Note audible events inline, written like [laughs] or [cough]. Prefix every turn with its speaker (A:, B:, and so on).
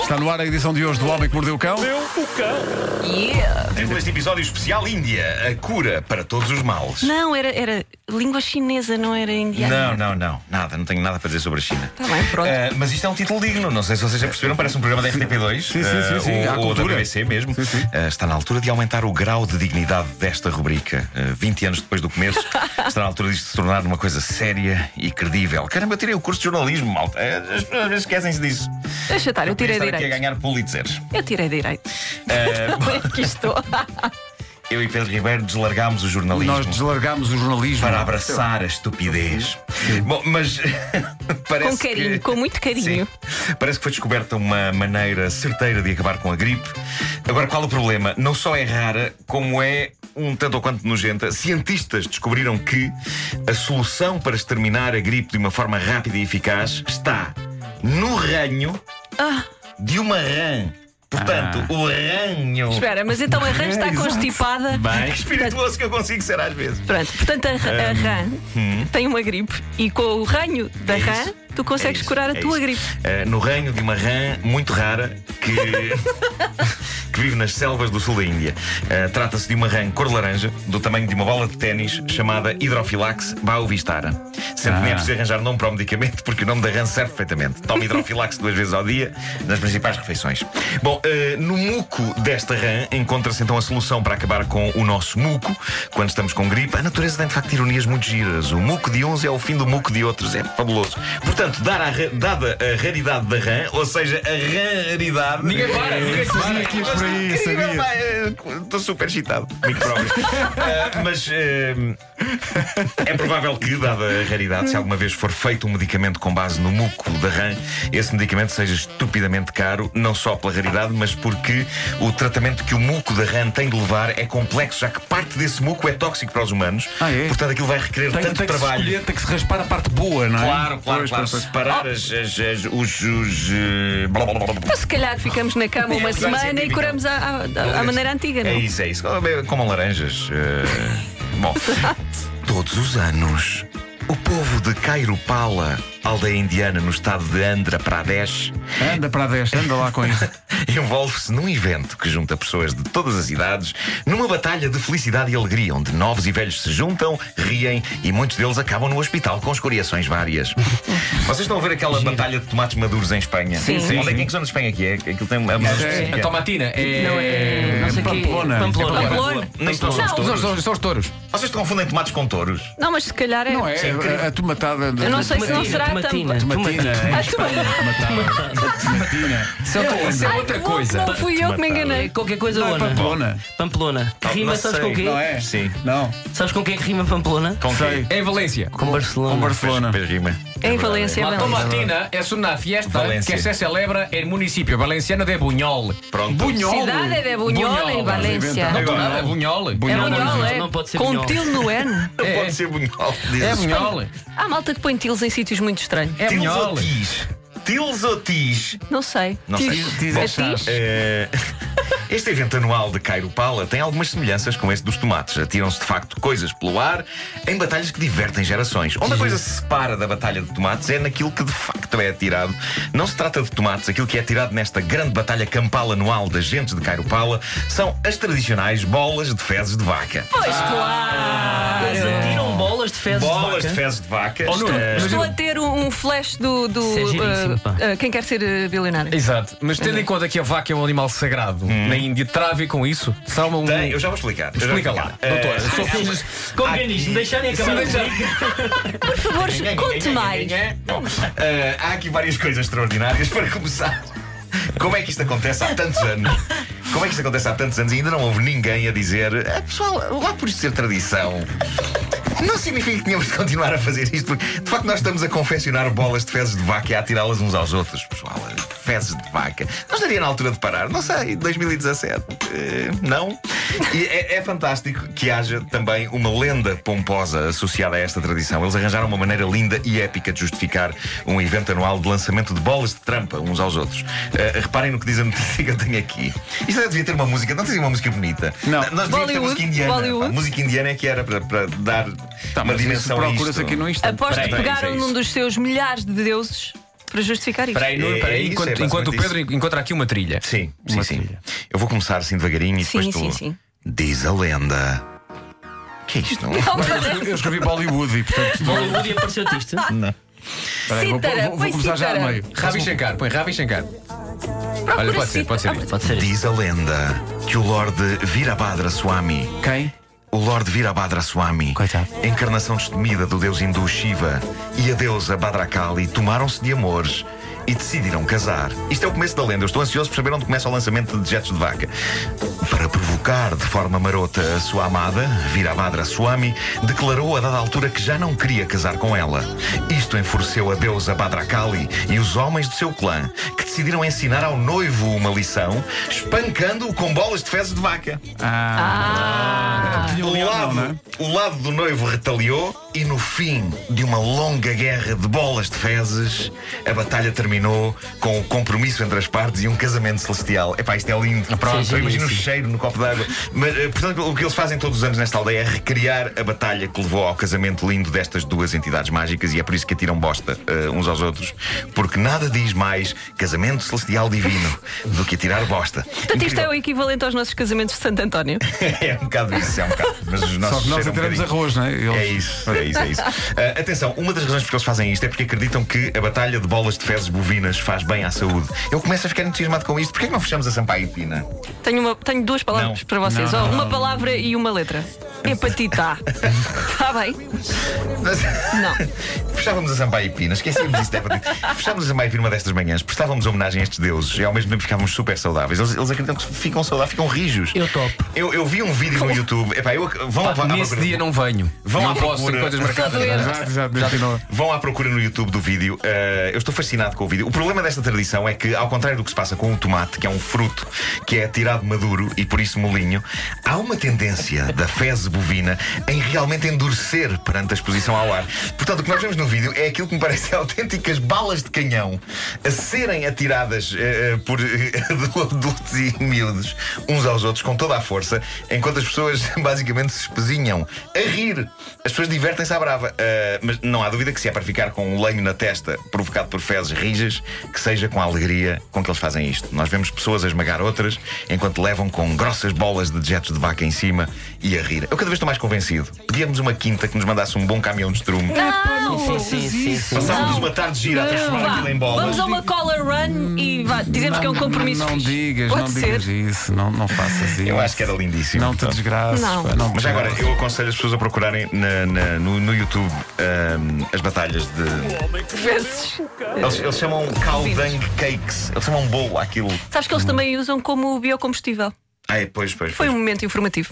A: Está no ar a edição de hoje do Homem que Mordeu o Cão.
B: Meu o cão.
C: Yeah.
D: Título deste episódio especial Índia, a cura para todos os males.
C: Não, era, era língua chinesa, não era indiana.
D: Não, não, não, nada, não tenho nada para dizer sobre a China.
A: Tá
C: Está bem, pronto.
D: Eh, mas isto é um título digno, não sei se vocês já perceberam, parece um programa da RTP2
A: Sim, sim, sim,
D: eh,
A: sim, à
D: ou, ou da
A: cultura.
D: BBC mesmo.
A: Sim, sim.
D: Eh, está na altura de aumentar o grau de dignidade desta rubrica. Eh, 20 anos depois
A: [laughs]
D: do começo, está na altura disto se tornar uma coisa séria e credível. Caramba, eu tirei o curso de jornalismo, malta. Eh, As pessoas às vezes esquecem-se disso.
C: Deixa estar, eu tirei
D: podia estar aqui a
C: direito.
D: ganhar Pulitzer.
C: Eu tirei
D: [laughs]
C: direito.
D: Eh,
C: Aqui estou.
D: eu e Pedro Ribeiro deslargámos o jornalismo.
A: Nós deslargámos o jornalismo.
D: para abraçar a estupidez. Bom, mas [laughs] parece
C: Com carinho,
D: que-
C: com muito carinho.
D: Sim. parece que foi descoberta uma maneira certeira de acabar com a gripe. Agora, qual o problema? Não só é rara, como é um tanto ou quanto nojenta. Cientistas descobriram que a solução para exterminar a gripe de uma forma rápida e eficaz está no ranho
C: Ah.
D: de uma rã. Portanto, o ranho.
C: Espera, mas então a rã está
D: [laughs] Exato.
C: constipada.
D: Que espirituoso que eu consigo ser às vezes.
C: Pronto, portanto a, a rã tem uma gripe e com o ranho da
D: Um, hum. É
C: rã
D: isso.
C: tu consegues
D: É isso,
C: curar a
D: é
C: tua
D: isso.
C: gripe.
D: Eh, no reino de uma rã muito rara que,
C: [laughs]
D: que vive nas selvas do sul da Índia. Eh, Trata-se de uma rã cor laranja, do tamanho de uma bola de ténis, chamada Hydrophilax bauvistara. Sempre nem é preciso arranjar nome para o medicamento, porque o nome da rã serve perfeitamente. Toma Hydrophilax duas vezes ao dia, nas principais refeições. Bom, eh, no muco desta rã encontra-se então a solução para acabar com o nosso muco. Quando estamos com gripe, a natureza tem de facto ironias muito giras. O muco de uns é o fim do muco de outros. É fabuloso. Portanto, dar a ra- dada a raridade da rã, ou seja, a rã-raridade. Ninguém para, ninguém
A: sabia que ias por aí, sabia.
D: Estou super excitado.
A: [laughs]
D: Comigo próprio. Ah, mas. ah, é provável que, dada a raridade, se alguma vez for feito um medicamento com base no muco da rã, esse medicamento seja estupidamente caro, não só pela raridade, mas porque o tratamento que o muco da rã tem de levar é complexo, já que parte desse muco é tóxico para os humanos.
A: Ah, é?
D: Portanto, aquilo vai requerer
A: Tem,
D: tanto
A: tem que se
D: trabalho.
A: escolher, tem que se raspar a parte boa, não é?
D: Claro, claro,
A: Pois,
D: claro.
A: pois, pois.
D: Separar as, as- as- os. os eh, blá, blá, blá, blá, blá.
C: Mas Então, se calhar ficamos na cama
D: É,
C: uma
D: é
C: semana e
D: científico.
C: curamos à- à à- à maneira antiga,
D: É
C: não?
D: isso, é isso. Comam laranjas. eh, Bom. Todos os anos, o povo de Cairupala, aldeia indiana no estado de Andhra Pradesh,
A: Anda para a 10, anda lá com
D: É,
A: isso.
D: envolve-se num evento que junta pessoas de todas as idades numa batalha de felicidade e alegria, onde novos e velhos se juntam, riem e muitos deles acabam no hospital com escoriações
C: [laughs]
D: várias. Vocês estão a ver aquela batalha de tomates maduros em Espanha?
C: Sim, sim.
D: Onde é que é que zona de Espanha que é? Aquilo tem uma. uma
A: é-
E: A tomatina é.
C: Não é. Não sei o quê.
A: Pamplona.
E: Pamplona.
C: Pamplona.
D: é Nem todos
C: Não.
D: os
E: São,
D: touros.
E: são- são os touros.
D: Vocês confundem tomates com touros?
C: Não, mas se calhar é.
A: Não é?
D: Sim,
A: a, a tomatada de.
C: Eu não sei se não será
F: tomatina.
C: tampa.
A: Tomatina. é.
C: Ah, tomatina.
A: Tomatada. Tomatina.
E: Isso é outra- isso é
C: Ai,
E: outra
C: que bom que
E: coisa.
C: Não fui eu que me
F: É
C: enganei.
F: qualquer coisa
A: Não é
F: Ona.
A: Pamplona.
F: Pamplona. Que
D: Não
F: rima, sabes
D: sei,
F: com o quê?
A: Não é?
D: Sim.
A: Não.
F: Sabes com quem que rima Pamplona?
D: Com
A: Sei.
D: quê?
E: É em Valência.
F: Com Barcelona.
A: Com Barcelona.
D: Pois, pois rima.
C: É em Valência, é
E: La
C: Valência.
E: tomatina é uma fiesta
D: Valência.
E: que se celebra em município valenciano de Buñol.
D: Pronto.
E: Buñol.
C: Cidade de Bunhol, em
E: Bunhol.
C: Valência.
E: Não
C: É
E: estou nada, é
D: Agora.
E: Bunhol.
A: Bunhol.
C: Bunhol, é?
F: Não pode ser
C: Com
F: Bunhol.
C: til no N.
D: Não
E: É,
D: pode
E: é.
D: ser bunhol.
E: É
D: dizes.
E: Bunhol.
C: Há malta que põe tiles em sítios muito estranhos.
E: É
D: Tils ou
E: Bunhol.
D: tis? Tils ou tis?
C: Não sei.
D: Não sei.
A: Diz
C: É
A: a chave.
C: tis?
D: Eh, [laughs] Este evento anual de Cairo Pala tem algumas semelhanças com esse dos tomates. Atiram-se de facto coisas pelo ar em batalhas que divertem gerações. Onde a coisa se separa da batalha de tomates é naquilo que de facto é atirado. Não se trata de tomates, aquilo que é atirado nesta grande batalha campal anual das gentes de Cairo Pala são as tradicionais bolas de fezes de vaca.
C: Pois claro!
F: Eles atiram Ah, bolas de fezes
D: Bolas de
F: de vaca.
D: fezes de vaca.
E: Oh, Nuno,
D: Eh,
C: Estou a ter um, um flash do. do,
F: Isso é giríssimo,
C: uh,
F: pá.
C: uh, quem quer ser uh, bilionário?
E: Exato, mas tendo em conta que a vaca é um animal sagrado na Índia, terá a ver com isso? Será uma. um-
D: Hum. Tem, eu já vou explicar. Eu já vou
E: Explica lá,
D: Eh,
E: doutor. Só fiz.
F: Com organismo, deixarem acabar. o jogo.
C: Por favor, conte mais.
D: Bom, eh, há aqui várias coisas extraordinárias para começar. Como é que isto acontece há tantos anos? Como é que isto acontece há tantos anos e ainda não houve ninguém a dizer "Ah, Pessoal, lá por isto ser tradição Não significa que tínhamos de continuar a fazer isto Porque de facto nós estamos a confeccionar bolas de fezes de vaca E a atirá-las uns aos outros Pessoal, fezes de vaca Não estaria na altura de parar, não sei, 2017 eh, Não E é, é fantástico que haja também uma lenda pomposa associada a esta tradição Eles arranjaram uma maneira linda e épica de justificar Um evento anual de lançamento de bolas de trampa uns aos outros Eh, Reparem no que diz a [laughs] notícia que eu tenho aqui Isto devia ter uma música, não tinha uma música bonita
A: Não.
D: Nós devíamos
C: Bollywood,
D: ter música indiana
C: Bollywood.
D: pá. Música indiana é que era para, para dar
A: Tá,
D: uma
A: mas isso
D: dimensão a
A: procuras
D: isto.
A: aqui no Insta.
C: Aposto que
D: Peraí,
C: pegaram
D: é isso.
C: num dos seus milhares de deuses para justificar isto.
E: Espera aí, Nuno, espera
D: É
E: aí.
D: isso, é
E: Enquanto,
D: basicamente
E: enquanto o Pedro
D: isso.
E: encontra aqui uma trilha.
D: Sim, sim,
E: Uma
D: sim.
E: trilha.
D: Eu vou começar assim devagarinho e depois
C: Sim,
D: tu.
C: sim, sim.
D: Diz a lenda. Que é isto?
C: [laughs] [laughs]
D: Não?
C: Não,
A: Eu eu escrevi Bollywood e, portanto,
F: Bollywood e apareceu-te isto.
A: espera aí, vou,
C: Cítara,
A: vou- vou
C: põe
A: começar já a
C: cítara.
A: meio.
D: um
E: Ravi Shankar, põe Ravi Shankar. Olha, pode ser, pode ser. isto.
F: Pode ser isto.
D: Diz a lenda que o Lorde Virabhadra Swami,
A: Quem?
D: o Lorde Virabhadra Swami,
A: Coitado.
D: encarnação destemida do deus hindu Shiva e a deusa Bhadrakali tomaram-se de amores e decidiram casar. Isto é o começo da lenda. Eu estou ansioso por saber onde começa o lançamento de dejetos de vaca. Para provocar de forma marota a sua amada, Virabhadra Swami, declarou a dada altura que já não queria casar com ela. Isto enfureceu a deusa Bhadrakali e os homens do seu clã, que decidiram ensinar ao noivo uma lição, espancando-o com bolas de fezes de vaca.
A: Tinha
D: O
A: um leão,
D: lado,
A: não, não é?
D: o lado do noivo retaliou e no fim de uma longa guerra de bolas de fezes, a batalha terminou com o compromisso entre as partes e um casamento celestial. Epá, isto é lindo. Pronto,
F: sim,
D: eu imagino o
F: sim.
D: cheiro no copo d'água. Mas, eh, portanto, o que eles fazem todos os anos nesta aldeia é recriar a batalha que levou ao casamento lindo destas duas entidades mágicas e é por isso que atiram bosta eh, uns aos outros. Porque nada diz mais casamento celestial divino do que atirar bosta.
C: Portanto, isto é
D: Incrível.
C: o equivalente aos nossos casamentos de Santo António.
D: [laughs] é um bocado isso, é um bocado. Mas os nossos
A: Só que nós
D: cheiram um
A: entramos
D: bocadinho.
A: arroz, não é? Eles-
D: É isso, é isso, é
E: [laughs]
D: isso. Ah, atenção, uma das razões porque eles fazem isto é porque acreditam que a batalha de bolas de fezes bovinas faz bem à saúde. Eu começo a ficar entusiasmado com isto. Porquê é que não fechamos a Sampaio e Pina?
C: Tenho, uma- tenho duas palavras
D: Não.
C: para vocês. Ó, uma palavra e uma letra.
D: [laughs]
C: Hepatita. Está bem?
D: Mas-
C: Não.
D: [laughs] Fechávamos a Sampaio e Pina, esquecemos isso. Deve... Fechávamos a Sampaio e Pina uma destas manhãs, prestávamos homenagem a estes deuses e ao mesmo tempo ficávamos super saudáveis. Eles, eles acreditam que ficam saudáveis, ficam rijos.
F: Eu topo.
D: Eu, eu vi um vídeo no YouTube. Epá, eu, vão
E: Pá,
D: à- à
E: Nesse
D: procura-
E: dia não venho.
D: Vão à
E: não posso,
D: procura.
E: tenho coisas marcadas.
C: Está doendo.
A: Exato, exato, continua.
D: Vão à procura no YouTube do vídeo. Eh, eu estou fascinado com o vídeo. O problema desta tradição é que, ao contrário do que se passa com o tomate, que é um fruto que é tirado maduro e por isso molinho, há uma tendência da fezes bovina em realmente endurecer perante a exposição ao ar. Portanto, o que nós vemos no vídeo é aquilo que me parece [laughs] autênticas balas de canhão a serem atiradas eh, eh, por [laughs] eh, adultos e miúdos uns aos outros com toda a força, enquanto as pessoas [laughs] basicamente se espezinham a rir. As pessoas divertem-se à brava. Ah, mas não há dúvida que se é para ficar com um lenho na testa provocado por fezes rijas, que seja com a alegria com que eles fazem isto. Nós vemos pessoas a esmagar outras enquanto levam com grossas bolas de dejetos de vaca em cima e a rir. Eu cada vez estou mais convencido. Pedíamos uma quinta que nos mandasse um bom caminhão de estrume.
C: Não!
F: Sim, sim, sim, sim.
D: Passávamos uma tarde gira a transformar
C: Vá,
D: aquilo em bolas.
C: Vamos a uma collar run e vá, dizemos que é um compromisso.
A: Não
C: fixe.
A: digas,
C: Pode
A: não
C: ser.
A: digas isso, não, não faças isso.
D: Eu acho que era lindíssimo.
A: Não te
D: Portanto,
A: desgraças.
C: Não.
A: pá, não te
D: Mas já agora,
A: desgraças.
D: eu aconselho as pessoas a procurarem na- na- no, no YouTube ahm, as batalhas de.
C: Vezes.
D: Eles, eles chamam Caldang Cakes. Eles chamam bolo àquilo.
C: Sabes que eles também usam como biocombustível.
D: Ah, é, pois, pois.
C: Foi
D: pois.
C: um momento informativo.